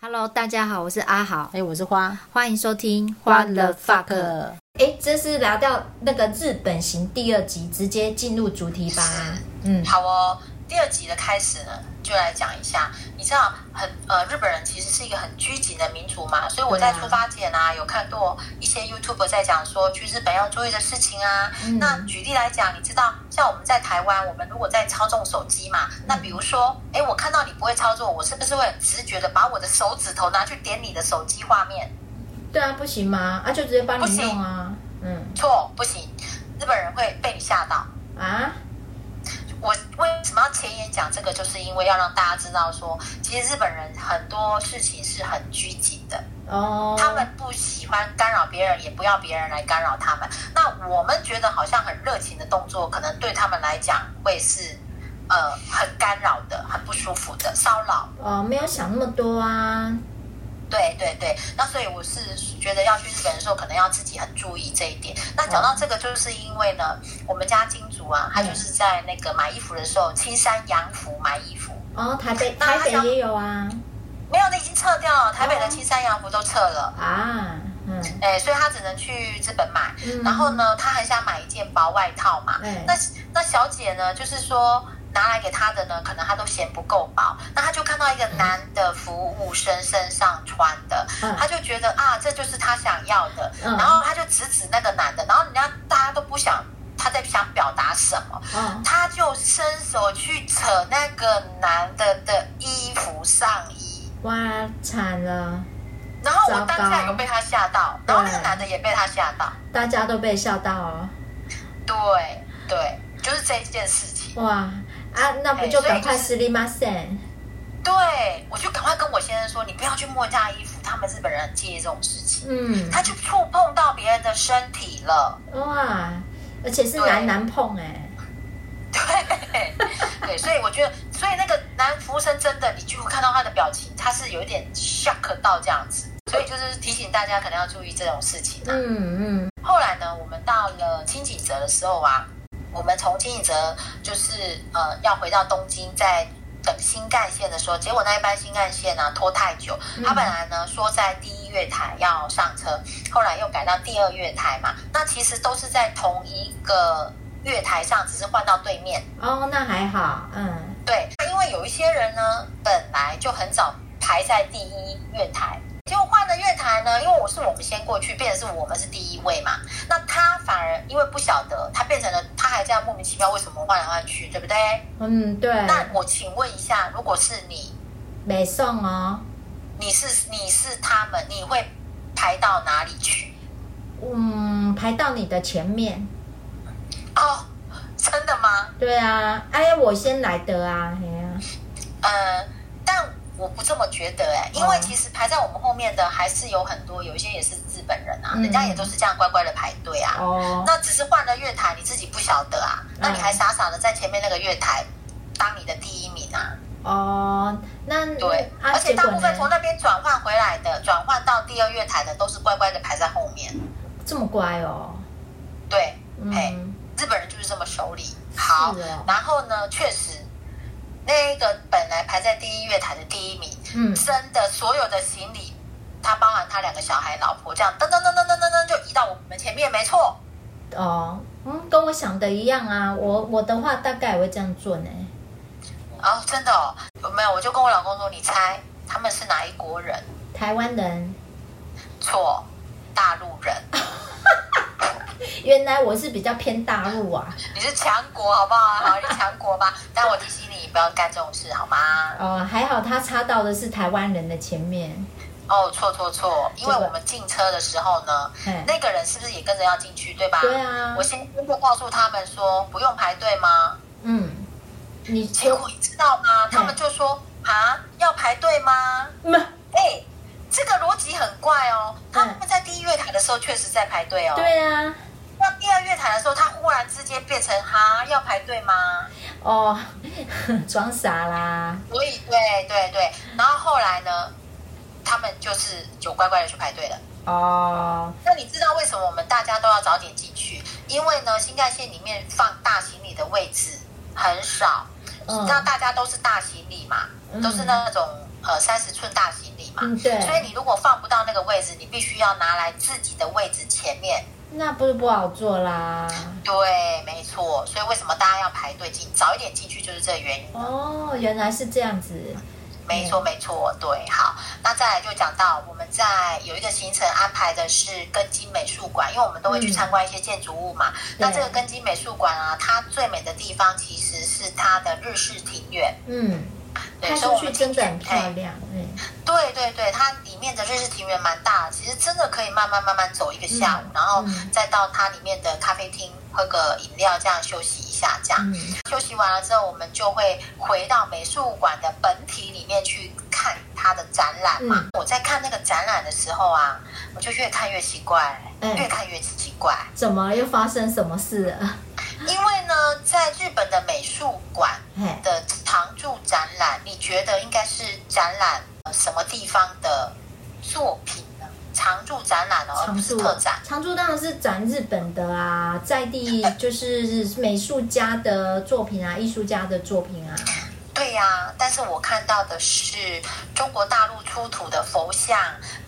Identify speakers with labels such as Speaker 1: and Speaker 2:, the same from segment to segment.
Speaker 1: Hello，大家好，我是阿豪，
Speaker 2: 哎、我是花
Speaker 1: 欢迎收听《
Speaker 2: 花
Speaker 1: 花
Speaker 2: 了
Speaker 1: 了
Speaker 2: fuck，
Speaker 1: fuck》。哎，这是聊到那个日本行第二集，直接进入主题吧。嗯，
Speaker 3: 好哦，第二集的开始呢，就来讲一下。你知道很呃，日本人其实是一个很拘谨的民族嘛，所以我在
Speaker 1: 对啊
Speaker 3: 出发前啊，有看过一些 YouTube 在讲说去日本要注意的事情啊。
Speaker 1: 嗯
Speaker 3: 那举例来讲，你知道像我们在台湾，我们如果在操纵手机嘛，
Speaker 1: 嗯
Speaker 3: 那比如说，哎，我看到你不会操作，我是不是会很直觉的把我的手指头拿去点你的手机画面？
Speaker 1: 对啊，不行吗？啊，就直接帮
Speaker 3: 不
Speaker 1: 你
Speaker 3: 行
Speaker 1: 弄啊。嗯
Speaker 3: 错，不行，日本人会被你吓到。
Speaker 1: 啊，
Speaker 3: 我为什么要前言讲这个，就是因为要让大家知道说，其实日本人很多事情是很拘谨的，
Speaker 1: 哦，
Speaker 3: 他们不喜欢干扰别人，也不要别人来干扰他们。那我们觉得好像很热情的动作，可能对他们来讲会是呃很干扰的、很不舒服的骚扰。
Speaker 1: 哦没有想那么多啊。
Speaker 3: 对对对，那所以我是觉得要去日本的时候，可能要自己很注意这一点。那讲到这个，就是因为呢，我们家金主啊，他就是在那个买衣服的时候，青山洋服买衣服。
Speaker 1: 哦，台北
Speaker 3: 那
Speaker 1: 台
Speaker 3: 他想
Speaker 1: 北也有啊
Speaker 3: 没有，那已经撤掉了。台北的青山洋服都撤了，
Speaker 1: 啊，嗯
Speaker 3: 哎、所以他只能去日本买。
Speaker 1: 嗯
Speaker 3: 然后？呢，他很想买一件薄外套嘛。
Speaker 1: 哎
Speaker 3: 那那小姐呢，就是说拿来给他的呢，可能他都嫌不够薄。那他就看到一个男的服务生身上穿的，
Speaker 1: 嗯
Speaker 3: 他就觉得啊，这就是他想要的。
Speaker 1: 嗯
Speaker 3: 然后他就指指那个男的，然后人家大家都不想他在想表达什么，
Speaker 1: 哦
Speaker 3: 他就伸手去扯那个男的的衣服上衣。
Speaker 1: 哇惨了，
Speaker 3: 然后我当下有被他吓到，
Speaker 1: 糟糕
Speaker 3: 然后那个男的也被他吓到，
Speaker 1: 大家都被吓到哦。
Speaker 3: 对对，就是这一件事情。
Speaker 1: 哇啊，那不
Speaker 3: 哎
Speaker 1: 就
Speaker 3: 所以
Speaker 1: 赶快
Speaker 3: 就是
Speaker 1: 斯里马森？
Speaker 3: 对，我就赶快跟我先生说，你不要去摸人家的衣服，他们日本人很介意这种事情。
Speaker 1: 嗯，
Speaker 3: 他就触碰到别人的身体了，
Speaker 1: 哇，而且是
Speaker 3: 对
Speaker 1: 男男碰哎、
Speaker 3: 对， 对，所以我觉得，所以那个男服务生真的，你就看到他的表情，他是有一点 shock 到这样子，所以就是提醒大家可能要注意这种事情啊。
Speaker 1: 嗯嗯
Speaker 3: 后来呢，我们到了清景泽的时候啊，我们从清景泽就是呃要回到东京，在等新干线的时候，结果那一班新干线啊拖太久
Speaker 1: 嗯，
Speaker 3: 他本来呢说在第一月台要上车，后来又改到第二月台嘛，那其实都是在同一个月台上，只是换到对面。
Speaker 1: 哦，那还好，嗯
Speaker 3: 对，因为有一些人呢，本来就很早排在第一月台，结果换了月台呢，因为我是我们先过去，变成是我们是第一位嘛，那他反而因为不晓得，他变成了他还这样莫名其妙为什么换来换去，对不对？
Speaker 1: 嗯，对，
Speaker 3: 那我请问一下，如果是你，
Speaker 1: 美送哦，
Speaker 3: 你是你是他们，你会排到哪里去？
Speaker 1: 嗯，排到你的前面，
Speaker 3: 哦，真的吗？
Speaker 1: 对啊，哎，我先来的啊，哎呀、
Speaker 3: 呃，但我不这么觉得哎、因为
Speaker 1: 嗯
Speaker 3: 其实排在我们后面的还是有很多，有一些也是日本人啊，
Speaker 1: 嗯
Speaker 3: 人家也都是这样乖乖的排队啊。
Speaker 1: 哦，嗯
Speaker 3: 那只是换了月台，你自己不晓得啊，那你还傻傻的在前面那个月台当你的第一名啊？
Speaker 1: 哦，那
Speaker 3: 对，
Speaker 1: 啊，
Speaker 3: 而且
Speaker 1: 结
Speaker 3: 大
Speaker 1: 果
Speaker 3: 部分从
Speaker 1: 呢？
Speaker 3: 那边转换回来的，转换到第二月台的都是乖乖的排在后面。
Speaker 1: 这么乖哦，
Speaker 3: 对，
Speaker 1: 嗯，
Speaker 3: 哎日本人就是这么守礼。好
Speaker 1: 是哦，
Speaker 3: 然后呢，确实。那个本来排在第一月台的第一名，
Speaker 1: 嗯，
Speaker 3: 真的所有的行李，他包含他两个小孩、老婆，这样噔噔噔噔噔噔噔就移到我们前面，没错。
Speaker 1: 哦，嗯，跟我想的一样啊，我我的话大概也会这样做呢，
Speaker 3: 哦，真的哦，没有，我就跟我老公说，你猜他们是哪一国人？
Speaker 1: 台湾人，
Speaker 3: 错，大陆人。
Speaker 1: 原来我是比较偏大陆啊，
Speaker 3: 你是强国好不好？好，你强国吧。 但我提醒你，不要干这种事好吗？
Speaker 1: 哦，还好他插到的是台湾人的前面，
Speaker 3: 哦，错错错，因为
Speaker 1: 这个
Speaker 3: 我们进车的时候呢，
Speaker 1: 哎，
Speaker 3: 那个人是不是也跟着要进去，对吧？
Speaker 1: 对啊
Speaker 3: 我，先就告诉他们说不用排队吗？
Speaker 1: 嗯，你
Speaker 3: 结
Speaker 1: 说
Speaker 3: 果你知道吗？他们就说啊，要排队吗？
Speaker 1: 嗯没。
Speaker 3: 哎、这个逻辑很怪哦。他
Speaker 1: 嗯
Speaker 3: 们在第一月台的时候确实在排队哦，
Speaker 1: 对啊，
Speaker 3: 那第二月台的时候，他忽然之间变成哈要排队吗？
Speaker 1: 哦， 装傻啦，
Speaker 3: 所以对对对，然后后来呢，他们就是就乖乖的去排队了。
Speaker 1: 哦，
Speaker 3: 那你知道为什么我们大家都要早点进去？因为呢，新干线里面放大行李的位置很少，
Speaker 1: 嗯
Speaker 3: 那大家都是大行李嘛，
Speaker 1: 嗯
Speaker 3: 都是那种呃三十寸大行李嘛。嘛。
Speaker 1: 嗯对
Speaker 3: 所以你如果放不到那个位置，你必须要拿来自己的位置前面。
Speaker 1: 那不是不好做啦。
Speaker 3: 对，没错。所以为什么大家要排队进，早一点进去就是这个原因。
Speaker 1: 哦，原来是这样子。
Speaker 3: 没错，没错，对，好，那再来就讲到我们在有一个行程安排的是根津美术馆，因为我们都
Speaker 1: 嗯
Speaker 3: 会去参观一些建筑物嘛。那这个根津美术馆啊，它最美的地方其实是它的日式庭院，
Speaker 1: 嗯，
Speaker 3: 对，
Speaker 1: 看
Speaker 3: 所
Speaker 1: 出
Speaker 3: 以我
Speaker 1: 去
Speaker 3: 们
Speaker 1: 真的很
Speaker 3: 进去哎
Speaker 1: 漂亮。嗯，
Speaker 3: 对对对，它里面的日式庭园蛮大，其实真的可以慢慢慢慢走一个下午，
Speaker 1: 嗯
Speaker 3: 然后
Speaker 1: 嗯
Speaker 3: 再到它里面的咖啡厅喝个饮料，这样休息一下，这样。
Speaker 1: 嗯
Speaker 3: 休息完了之后，我们就会回到美术馆的本体里面去看它的展览嘛。
Speaker 1: 嗯
Speaker 3: 我在看那个展览的时候啊，我就越看越奇怪，
Speaker 1: 嗯
Speaker 3: 越看越奇怪，
Speaker 1: 怎么又发生什么事了？
Speaker 3: 因为呢，在日本的美术馆
Speaker 1: 嘿，
Speaker 3: 的常驻展览，你觉得应该是展览呃什么地方的作品呢？常驻展览哦，而不
Speaker 1: 常
Speaker 3: 是
Speaker 1: 驻啊
Speaker 3: 特展。
Speaker 1: 常驻当然是展日本的啊，在地就是美术家的作品啊，艺术家的作品啊。
Speaker 3: 对呀、但是我看到的是中国大陆出土的佛像，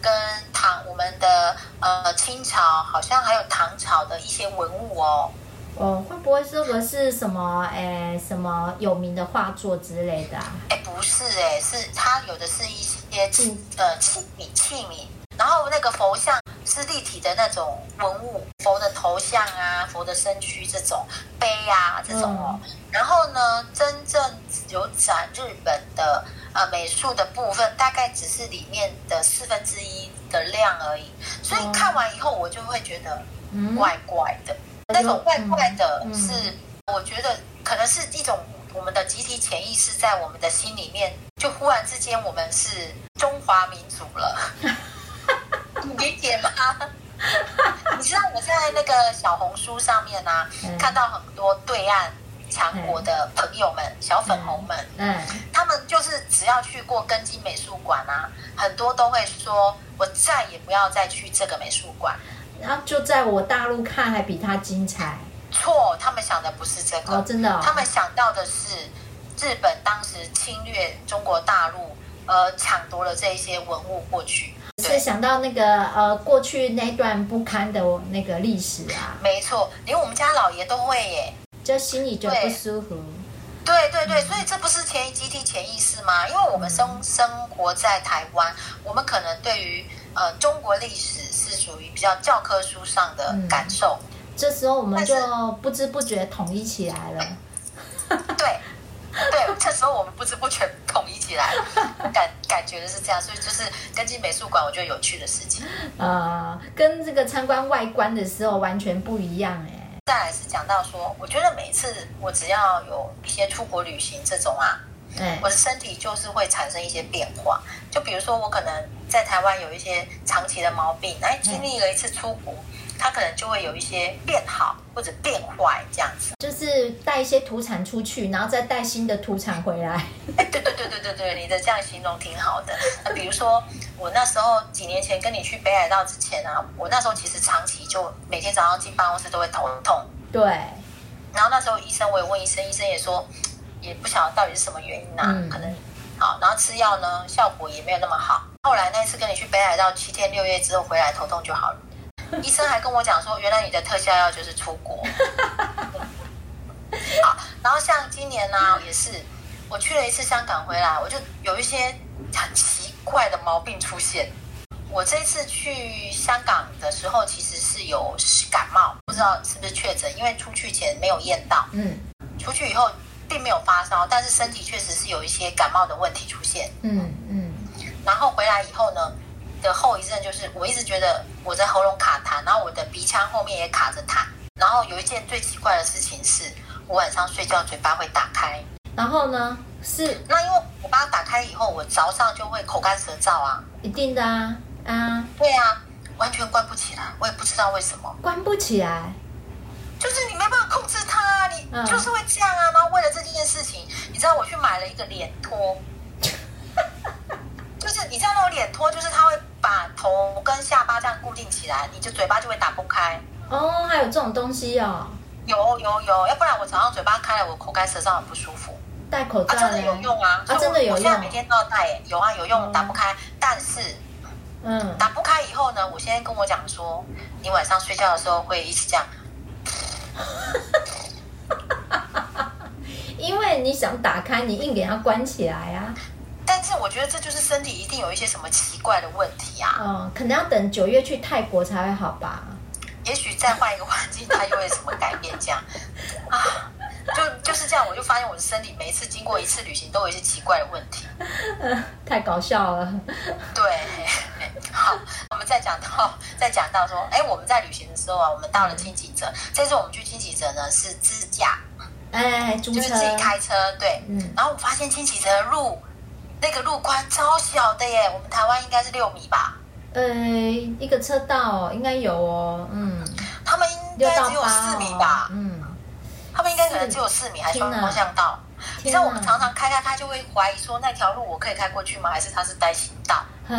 Speaker 3: 跟唐我们的呃清朝，好像还有唐朝的一些文物哦。
Speaker 1: 哦，会不会这个是什么？诶，什么有名的画作之类的、啊？
Speaker 3: 哎，不是哎，是它有的是一些器
Speaker 1: 嗯
Speaker 3: 呃器皿器皿，然后那个佛像是立体的那种文物，佛的头像啊，佛的身躯这种碑啊这种哦。
Speaker 1: 嗯
Speaker 3: 然后呢，真正有展日本的呃美术的部分，大概只是里面的四分之一的量而已。所以
Speaker 1: 哦
Speaker 3: 看完以后，我就会觉得
Speaker 1: 嗯，
Speaker 3: 怪怪的，那种怪怪的
Speaker 1: 嗯嗯
Speaker 3: 是，我觉得可能是一种我们的集体潜意识在我们的心里面，就忽然之间我们是中华民族了， 你理解吗？你知道我在那个小红书上面啊，
Speaker 1: 嗯
Speaker 3: 看到很多对岸强国的朋友们、小粉红们，
Speaker 1: 嗯，
Speaker 3: 他们就是只要去过根津美术馆啊，很多都会说，我再也不要再去这个美术馆。
Speaker 1: 然后啊就在我大陆看还比它精彩
Speaker 3: 错，他们想的不是这个，
Speaker 1: 哦，真的、哦。
Speaker 3: 他们想到的是日本当时侵略中国大陆，呃，抢夺了这一些文物过去。
Speaker 1: 是
Speaker 3: 对，
Speaker 1: 想到那个呃过去那段不堪的那个历史啊，
Speaker 3: 没错，连我们家老爷都会耶。
Speaker 1: 就心里就不舒服。
Speaker 3: 对对对，所以这不是潜意集体潜意识吗？因为我们生生活在台湾，我们可能对于呃中国历史是属于比较教科书上的感受。
Speaker 1: 这时候我们
Speaker 3: 但是
Speaker 1: 就不知不觉统一起来了。
Speaker 3: 对，对，这时候我们不知不觉统一起来了，感感觉的是这样，所以就是根据美术馆，我觉得有趣的事情。
Speaker 1: 呃，跟这个参观外观的时候完全不一样哎、
Speaker 3: 再来是讲到说，我觉得每次我只要有一些出国旅行这种啊，
Speaker 1: 哎、
Speaker 3: 我的身体就是会产生一些变化。就比如说，我可能在台湾有一些长期的毛病，哎，经历了一次出国，它可能就会有一些变好或者变坏这样子。
Speaker 1: 就是带一些土产出去，然后再带新的土产回来。
Speaker 3: 哎，对对对对对对，你的这样形容挺好的。那比如说，我那时候几年前跟你去北海道之前啊，我那时候其实长期就每天早上进办公室都会头痛，
Speaker 1: 对，
Speaker 3: 然后那时候医生我也问医生，医生也说也不晓得到底是什么原因啊，
Speaker 1: 嗯
Speaker 3: 可能好，然后吃药呢效果也没有那么好。后来那次跟你去北海道七天六夜之后回来头痛就好了，医生还跟我讲说，原来你的特效药就是出国。好，然后像今年呢、也是，我去了一次香港回来，我就有一些很奇怪的毛病出现。我这次去香港的时候，其实是有感冒，不知道是不是确诊，因为出去前没有验到，
Speaker 1: 嗯
Speaker 3: 出去以后并没有发烧，但是身体确实是有一些感冒的问题出现。
Speaker 1: 嗯嗯，
Speaker 3: 然后回来以后呢，的后遗症就是我一直觉得我的喉咙卡痰，然后我的鼻腔后面也卡着痰。然后有一件最奇怪的事情是，我晚上睡觉嘴巴会打开，
Speaker 1: 然后呢是
Speaker 3: 那因为我把它打开以后，我早上就会口干舌燥啊。
Speaker 1: 一定的啊啊，
Speaker 3: 对啊，完全关不起来，我也不知道为什么。
Speaker 1: 关不起来。
Speaker 3: 就是你没办法控制它啊，你
Speaker 1: 嗯
Speaker 3: 就是会这样啊。然后为了这件事情，你知道我去买了一个脸托， 就是你知道那种脸托，就是它会把头跟下巴这样固定起来，你就嘴巴就会打不开。
Speaker 1: 哦，还有这种东西哦。
Speaker 3: 有有有，要不然我早上嘴巴开了，我口干舌燥很不舒服。
Speaker 1: 戴口罩
Speaker 3: 啊，真的有
Speaker 1: 嘞
Speaker 3: 用啊！
Speaker 1: 啊真的有
Speaker 3: 我现在
Speaker 1: 用
Speaker 3: 每天都要戴耶，有啊，有用，
Speaker 1: 嗯
Speaker 3: 打不开。但是
Speaker 1: 嗯，
Speaker 3: 打不开以后呢，我现在跟我讲说，你晚上睡觉的时候会一直这样，
Speaker 1: 因为你想打开，你硬给它关起来啊。
Speaker 3: 但是我觉得这就是身体一定有一些什么奇怪的问题啊。
Speaker 1: 哦，可能要等九月去泰国才会好吧？
Speaker 3: 也许再换一个环境，它又会什么改变这样啊？就就是这样，我就发现我的身体每一次经过一次旅行，都有一些奇怪的问题。
Speaker 1: 太搞笑了。
Speaker 3: 对，好，我们再讲到，再讲到说，哎，我们在旅行的时候啊，我们
Speaker 1: 嗯
Speaker 3: 到了清景泽，这次我们去清景泽呢是自驾，
Speaker 1: 哎，租
Speaker 3: 就是
Speaker 1: 车
Speaker 3: 自，己开车，对。
Speaker 1: 嗯，
Speaker 3: 然后我发现清景泽的路那个路宽超小的耶，我们台湾应该是六米吧，
Speaker 1: 呃，一个车道哦应该有哦，嗯，
Speaker 3: 他们应
Speaker 1: 六
Speaker 3: 该
Speaker 1: 到
Speaker 3: 只有
Speaker 1: 八
Speaker 3: 四
Speaker 1: 哦
Speaker 3: 米吧，
Speaker 1: 嗯，
Speaker 3: 他们应该可能只有四米，还双
Speaker 1: 天哪
Speaker 3: 方向道。你知道
Speaker 1: 天哪
Speaker 3: 我们常常开开开就会怀疑说那条路我可以开过去吗？还是它是单行道？
Speaker 1: 哼，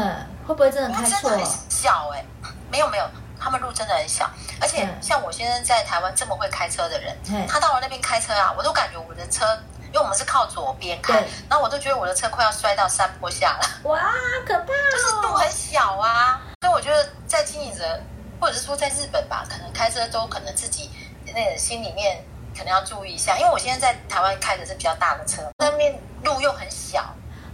Speaker 1: 会不会真的
Speaker 3: 因
Speaker 1: 开
Speaker 3: 为哦真
Speaker 1: 错
Speaker 3: 的很
Speaker 1: 了？
Speaker 3: 小哎、没有没有，他们路真的很小，而且
Speaker 1: 嗯
Speaker 3: 像我先生在台湾这么会开车的人，
Speaker 1: 嘿，
Speaker 3: 他到了那边开车啊，我都感觉我的车，因为我们是靠左边开
Speaker 1: 对，
Speaker 3: 然后我都觉得我的车快要摔到山坡下了，
Speaker 1: 哇，可怕
Speaker 3: 就是路
Speaker 1: 哦！
Speaker 3: 很小啊。所以我觉得在经营者，或者是说在日本吧，可能开车都可能自己那个心里面可能要注意一下，因为我现在在台湾开的是比较大的车，那边路又很小，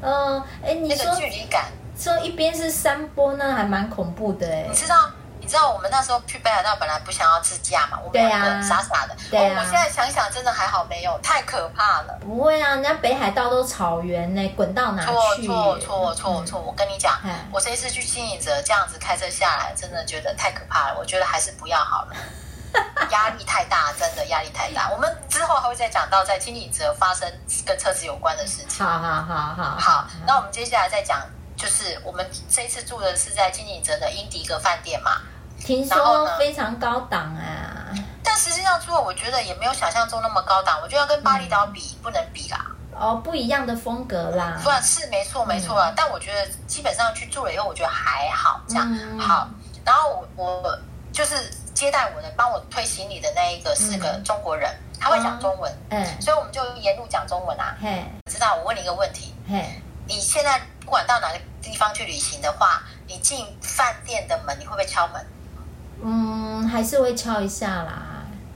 Speaker 1: 嗯，哎，你
Speaker 3: 那个
Speaker 1: 说
Speaker 3: 距离感，
Speaker 1: 说一边是山坡，那还蛮恐怖的哎
Speaker 3: 你。知道？你知道我们那时候去北海道本来不想要自驾嘛，我们
Speaker 1: 对
Speaker 3: 两
Speaker 1: 啊
Speaker 3: 个傻傻的。
Speaker 1: 对啊
Speaker 3: 哦我现在想想，真的还好没有，太可怕了。
Speaker 1: 不会啊，人家北海道都草原呢，滚到哪
Speaker 3: 错
Speaker 1: 啊去？
Speaker 3: 错错错错！我跟你讲
Speaker 1: 嗯，
Speaker 3: 我这一次去经营者这样子开车下来，真的觉得太可怕了。我觉得还是不要 好了，压力太大，真的压力太大。我们之后还会再讲到在经营者发生跟车子有关的事情。
Speaker 1: 好好好好
Speaker 3: 好，那我们接下来再讲，就是我们这一次住的是在经营者的英迪格饭店嘛，
Speaker 1: 听
Speaker 3: 然后
Speaker 1: 说
Speaker 3: 呢
Speaker 1: 非常高档啊。
Speaker 3: 但实际上住了，我觉得也没有想象中那么高档。我觉得要跟巴厘
Speaker 1: 嗯
Speaker 3: 岛比，不能比啦。
Speaker 1: 哦，不一样的风格啦。
Speaker 3: 虽然是没错没
Speaker 1: 嗯
Speaker 3: 错啊，但我觉得基本上去住了以后，我觉得还好这样。
Speaker 1: 嗯
Speaker 3: 好，然后我我就是接待我的，帮我推行李的那一个是个
Speaker 1: 嗯
Speaker 3: 中国人，他会讲中文，
Speaker 1: 嗯，
Speaker 3: 所以我们就沿路讲中文啊。
Speaker 1: 嘿，
Speaker 3: 知道？我问你一个问题，
Speaker 1: 嘿，
Speaker 3: 你现在不管到哪个地方去旅行的话，你进饭店的门，你会不会敲门？
Speaker 1: 嗯，还是会敲一下啦。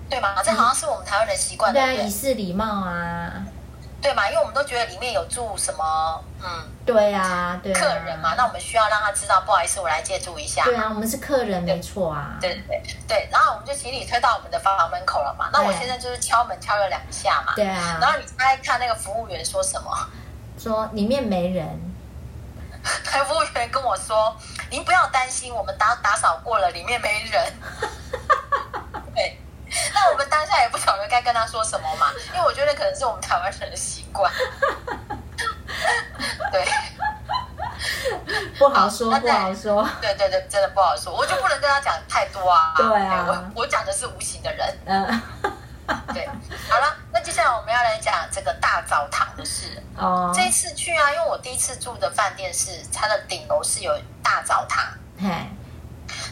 Speaker 3: 对吗？这好像是我们台湾人习惯，
Speaker 1: 对
Speaker 3: 对
Speaker 1: 啊，
Speaker 3: 不
Speaker 1: 以
Speaker 3: 对？
Speaker 1: 示礼貌啊。
Speaker 3: 对嘛？因为我们都觉得里面有住什么，嗯，
Speaker 1: 对啊，对啊。
Speaker 3: 客人嘛，那我们需要让他知道，不好意思，我来借住一下。
Speaker 1: 对啊，我们是客人，没错啊。
Speaker 3: 对对对，然后我们就行李推到我们的房门口了嘛。那我
Speaker 1: 对
Speaker 3: 先生就是敲门敲了两下嘛。
Speaker 1: 对啊
Speaker 3: 然，后你猜看那个服务员说什么？
Speaker 1: 说里面没人。
Speaker 3: 服务员跟我说：“您不要担心，我们打打扫过了，里面没 人。”对，那我们当下也不晓得该跟他说什么嘛，因为我觉得可能是我们台湾人的习惯。对
Speaker 1: 不好说，
Speaker 3: 那
Speaker 1: 不
Speaker 3: 再
Speaker 1: 好说。
Speaker 3: 对对对，真的不好说，我就不能跟他讲太多啊。
Speaker 1: 对啊
Speaker 3: 我我讲的是无形的人。
Speaker 1: 嗯，
Speaker 3: 对，好了，那接下来我们要来讲这个大澡堂的事。
Speaker 1: 哦，
Speaker 3: 这一次去啊，因为我第一次住的饭店是它的顶楼是有大澡堂，
Speaker 1: 嘿，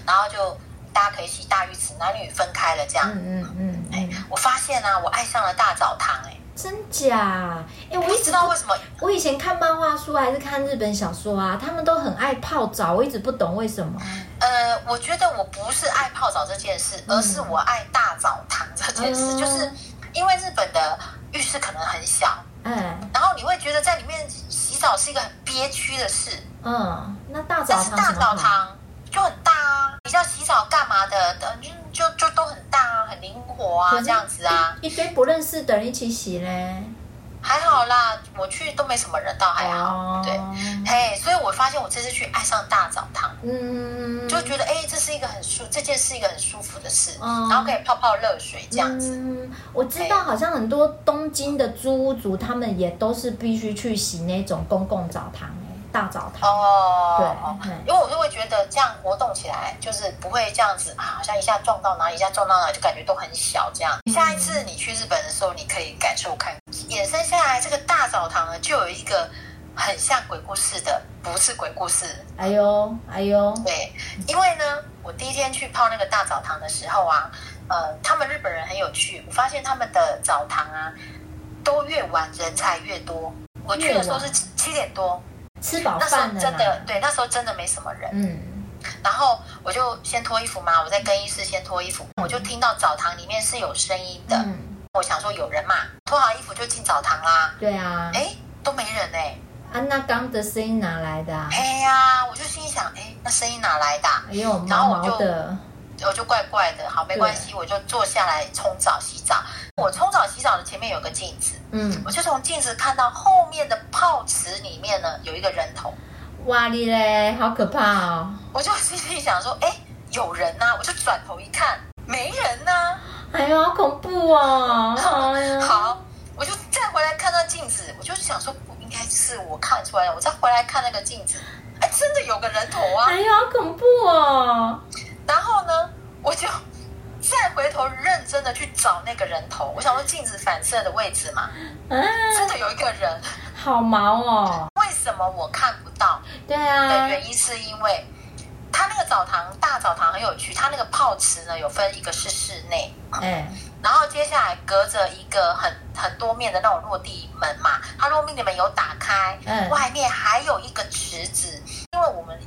Speaker 3: 然后就大家可以洗大浴池，男女分开了这样。
Speaker 1: 嗯嗯嗯，
Speaker 3: 哎
Speaker 1: 嗯，
Speaker 3: 我发现啊，我爱上了大澡堂、哎，
Speaker 1: 真假？哎，我
Speaker 3: 不
Speaker 1: 一
Speaker 3: 知
Speaker 1: 直
Speaker 3: 道
Speaker 1: 都
Speaker 3: 哦为什么，
Speaker 1: 我以前看漫画书啊还是看日本小说啊，他们都很爱泡澡，我一直不懂为什么。
Speaker 3: 呃，我觉得我不是爱泡澡这件事，而是我爱大澡堂这件事，
Speaker 1: 嗯
Speaker 3: 就是因为日本的浴室可能很小，
Speaker 1: 哎，
Speaker 3: 然后你会觉得在里面洗澡是一个很憋屈的事，
Speaker 1: 嗯，那大澡
Speaker 3: 但是
Speaker 1: 堂
Speaker 3: 大
Speaker 1: 怎么泡
Speaker 3: 澡堂就很大啊，你知道洗澡干嘛的，呃就就就都很大啊，很灵活啊，
Speaker 1: 可是
Speaker 3: 这样子啊，
Speaker 1: 一堆不认识的人一起洗嘞。
Speaker 3: 还好啦，我去都没什么人，倒还好，
Speaker 1: 哦
Speaker 3: 哎对。嘿所以我发现我这次去爱上大澡堂，
Speaker 1: 嗯，
Speaker 3: 就觉得哎、这是一个很舒，这件是一个很舒服的事，
Speaker 1: 嗯
Speaker 3: 然后可以泡泡热水这样子。
Speaker 1: 嗯，我知道，
Speaker 3: 哎
Speaker 1: 好像很多东京的租屋族，他们也都是必须去洗那种公共澡堂、哎大澡堂。对
Speaker 3: 哦，
Speaker 1: 对
Speaker 3: 因为我就会觉得这样活动起来，就是不会这样子啊，好像一下撞到哪里，一下撞到哪里，就感觉都很小这样。
Speaker 1: 嗯
Speaker 3: 下一次你去日本的时候，你可以感受看。衍生下来，这个大澡堂呢，就有一个很像鬼故事的，不是鬼故事，
Speaker 1: 哎呦，哎呦，
Speaker 3: 对，因为呢，我第一天去泡那个大澡堂的时候啊，呃，他们日本人很有趣，我发现他们的澡堂啊，都越晚人才越多。我去的时候是七七点多，
Speaker 1: 吃饱
Speaker 3: 那时候
Speaker 1: 饭了
Speaker 3: 真的
Speaker 1: 啦。
Speaker 3: 对，那时候真的没什么人。
Speaker 1: 嗯，
Speaker 3: 然后我就先脱衣服嘛，我在更衣室先脱衣服，我就听到澡堂里面是有声音的。
Speaker 1: 嗯，
Speaker 3: 我想说有人嘛，脱好衣服就进澡堂啦。
Speaker 1: 对啊，
Speaker 3: 哎，都没人哎、
Speaker 1: 安娜刚的声音哪来的啊？
Speaker 3: 哎呀，我就心里想，哎，那声音哪来的啊、
Speaker 1: 也有
Speaker 3: 然后
Speaker 1: 毛
Speaker 3: 我就
Speaker 1: 毛的，
Speaker 3: 我就怪怪的。好，没关系，我就坐下来冲澡洗澡。我冲澡洗澡的前面有个镜子，
Speaker 1: 嗯，
Speaker 3: 我就从镜子看到后面的泡池里面呢有一个人头，
Speaker 1: 哇你嘞，好可怕哦！
Speaker 3: 我就心里想说，哎，有人呐、我就转头一看，没人啊呐、
Speaker 1: 哎呦，好恐怖 哦！哎呀，
Speaker 3: 好，我就再回来看那镜子，我就想说，不应该是我看出来了。我再回来看那个镜子，哎，真的有个人头啊！
Speaker 1: 哎呦，好恐怖哦！
Speaker 3: 然后呢，我就再回头认真的去找那个人头，我想说镜子反射的位置嘛，
Speaker 1: 啊，
Speaker 3: 真的有一个人。
Speaker 1: 好毛哦！
Speaker 3: 为什么我看不到
Speaker 1: 对
Speaker 3: 的
Speaker 1: 啊，
Speaker 3: 原因是因为。它那个澡堂大澡堂很有趣，它那个泡池呢有分一个是室内，
Speaker 1: 哎，
Speaker 3: 然后接下来隔着一个很很多面的那种落地门嘛，它落地门有打开，
Speaker 1: 嗯
Speaker 3: 外面还有一个池子，因为我们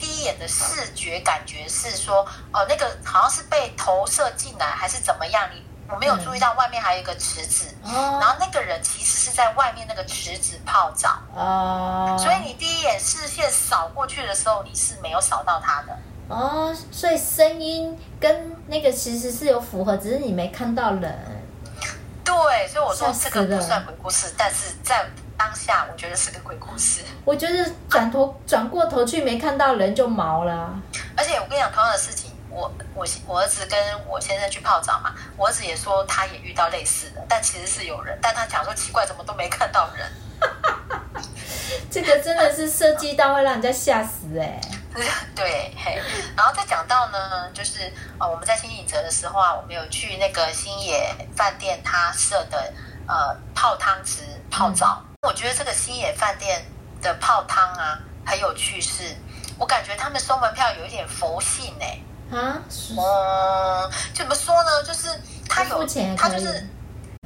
Speaker 3: 第一眼的视觉感觉是说，哦，那个好像是被投射进来还是怎么样，你我没有注意到外面还有一个池子，然
Speaker 1: 哦
Speaker 3: 后那个人其实是在外面那个池子泡澡，
Speaker 1: 哦，
Speaker 3: 所以你第一眼视线扫过去的时候，你是没有扫到他的。
Speaker 1: 哦，所以声音跟那个其实是有符合，只是你没看到人。
Speaker 3: 对，所以我说
Speaker 1: 吓死
Speaker 3: 这个不
Speaker 1: 了
Speaker 3: 算鬼故事，但是在当下我觉得是个鬼故事。
Speaker 1: 我觉得转头转过头去没看到人就毛了啊。
Speaker 3: 而且我跟你讲同样的事情，我我我儿子跟我先生去泡澡嘛，我儿子也说他也遇到类似的，但其实是有人，但他讲说奇怪怎么都没看到人，
Speaker 1: 这个真的是设计到会让人家吓死哎、
Speaker 3: 对，嘿，然后再讲到呢，就是呃我们在新影泽的时候啊，我们有去那个新野饭店他设的呃泡汤池泡澡，我觉得这个新野饭店的泡汤啊很有趣是，我感觉他们收门票有一点佛性哎、
Speaker 1: 啊，
Speaker 3: 嗯，就怎么说呢？就是它
Speaker 1: 不
Speaker 3: 有
Speaker 1: 付钱也，
Speaker 3: 它
Speaker 1: 可
Speaker 3: 就
Speaker 1: 以
Speaker 3: 是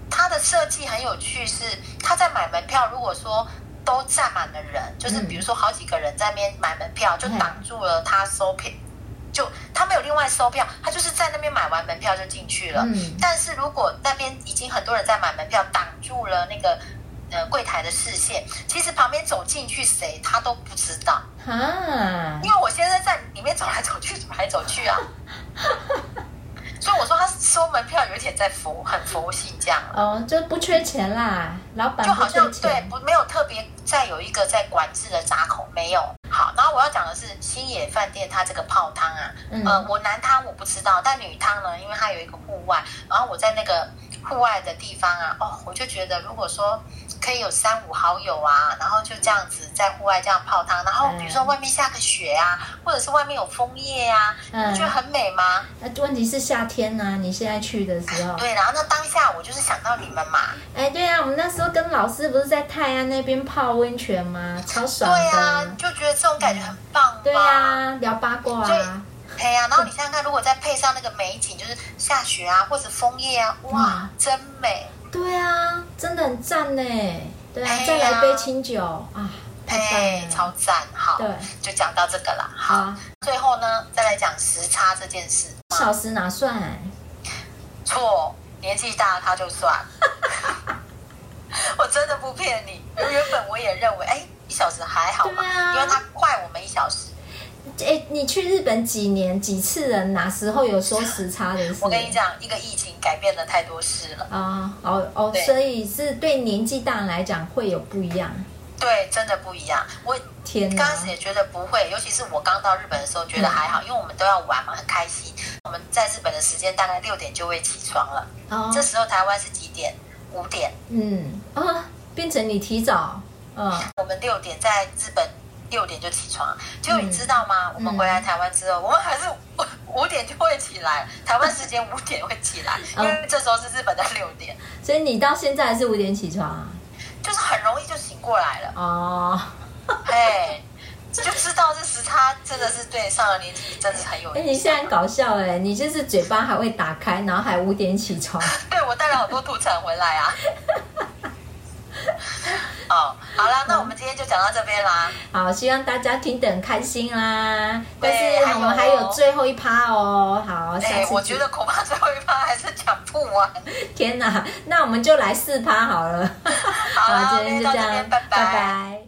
Speaker 3: 它的设计很有趣是，它在买门票，如果说都站满了人，就是
Speaker 1: 嗯
Speaker 3: 比如说好几个人在那边买门票，就
Speaker 1: 嗯
Speaker 3: 挡住了他收票，就他没有另外收票，他就是在那边买完门票就进去了。
Speaker 1: 嗯
Speaker 3: 但是如果那边已经很多人在买门票，挡住了那个呃柜台的视线，其实旁边走进去谁他都不知道。
Speaker 1: 哈，
Speaker 3: 因为我先生在里面走来走去，走来走去 啊。所以我说他收门票有一点在佛，很佛性这样，
Speaker 1: 哦，就不缺钱啦，老板
Speaker 3: 就
Speaker 1: 不
Speaker 3: 好像
Speaker 1: 缺
Speaker 3: 对
Speaker 1: 钱，
Speaker 3: 不没有特别再有一个在管制的闸口没有。好，然后我要讲的是新野饭店它这个泡汤啊，
Speaker 1: 嗯
Speaker 3: 呃，我男汤我不知道，但女汤呢，因为它有一个户外，然后我在那个户外的地方啊，哦，我就觉得如果说可以有三五好友啊，然后就这样子在户外这样泡汤，然后比如说
Speaker 1: 嗯
Speaker 3: 外面下个雪啊，或者是外面有枫叶啊，你不觉得
Speaker 1: 嗯，
Speaker 3: 很美吗？
Speaker 1: 那问题是夏天呐、啊你现在去的时候，
Speaker 3: 对，然后那当下我就是想到你们嘛，
Speaker 1: 哎，对啊，我们那时候跟老师不是在泰安那边泡温泉吗？超
Speaker 3: 对
Speaker 1: 爽的
Speaker 3: 呀、
Speaker 1: 啊，
Speaker 3: 就觉得这种感觉很棒吧？
Speaker 1: 对啊，聊八卦
Speaker 3: 所以
Speaker 1: 啊，
Speaker 3: 对哎呀、然后你想想看，如果再配上那个美景，就是下雪啊，或者枫叶啊，哇，真美！
Speaker 1: 对啊，真的很赞呢，对啊
Speaker 3: 哎，呀
Speaker 1: 再来杯清酒啊，太
Speaker 3: 嘿，
Speaker 1: 棒
Speaker 3: 哎超赞！好，
Speaker 1: 了，
Speaker 3: 就讲到这个啦。
Speaker 1: 对，
Speaker 3: 好，
Speaker 1: 好，
Speaker 3: 最后呢，再来讲时差这件事。
Speaker 1: 小时哪算、哎
Speaker 3: 错，年纪大他就算。 我真的不骗你，原本我也认为，哎，一小时还好
Speaker 1: 对
Speaker 3: 嘛，
Speaker 1: 啊
Speaker 3: 因为他快我们一小时。
Speaker 1: 哎、你去日本几年几次人？哪时候有说时差的事？
Speaker 3: 我跟你讲，一个疫情改变了太多事了。
Speaker 1: 啊，哦哦，
Speaker 3: 对
Speaker 1: 所以是对年纪大人来讲会有不一样。
Speaker 3: 对，真的不一样。我
Speaker 1: 天
Speaker 3: 刚
Speaker 1: 哪
Speaker 3: 开！始也觉得不会，尤其是我刚到日本的时候，
Speaker 1: 嗯
Speaker 3: 觉得还好，因为我们都要玩嘛，很开心。我们在日本的时间大概六点就会起床了，
Speaker 1: 哦
Speaker 3: 这，时候台湾是几点？五点。
Speaker 1: 嗯啊，变成你提早，嗯、
Speaker 3: 我们六点在日本六点就起床，结果你知道
Speaker 1: 嗯
Speaker 3: 吗？我们回来台湾之后，我们还是 五五点就会起来，台湾时间五点会起 来，因
Speaker 1: 嗯
Speaker 3: 为这时候是日本的六点，
Speaker 1: 所以你到现在还是五点起床啊？
Speaker 3: 就是很容易就醒过来了。
Speaker 1: 哦，
Speaker 3: 哎，就知道这时差真的是对上了年纪真的是很有
Speaker 1: 哎、
Speaker 3: 影
Speaker 1: 你现
Speaker 3: 响。
Speaker 1: 在很搞笑哎、你就是嘴巴还会打开，然后还五点起床，
Speaker 3: 对我带了好多土产回来啊，哦好啦，那我们今天就讲到这边啦。
Speaker 1: 好，希望大家听得很开心啦。但
Speaker 3: 对还
Speaker 1: 是
Speaker 3: 有
Speaker 1: 我们还有最后一趴哦。好，下
Speaker 3: 哎、
Speaker 1: 次
Speaker 3: 我
Speaker 1: 见
Speaker 3: 觉得恐怕最后一趴还是讲不完。
Speaker 1: 天哪，那我们就来四趴好了。
Speaker 3: 好啦，
Speaker 1: 今天
Speaker 3: 今天
Speaker 1: 就
Speaker 3: 到
Speaker 1: 这
Speaker 3: 这
Speaker 1: 样
Speaker 3: 边，拜
Speaker 1: 拜拜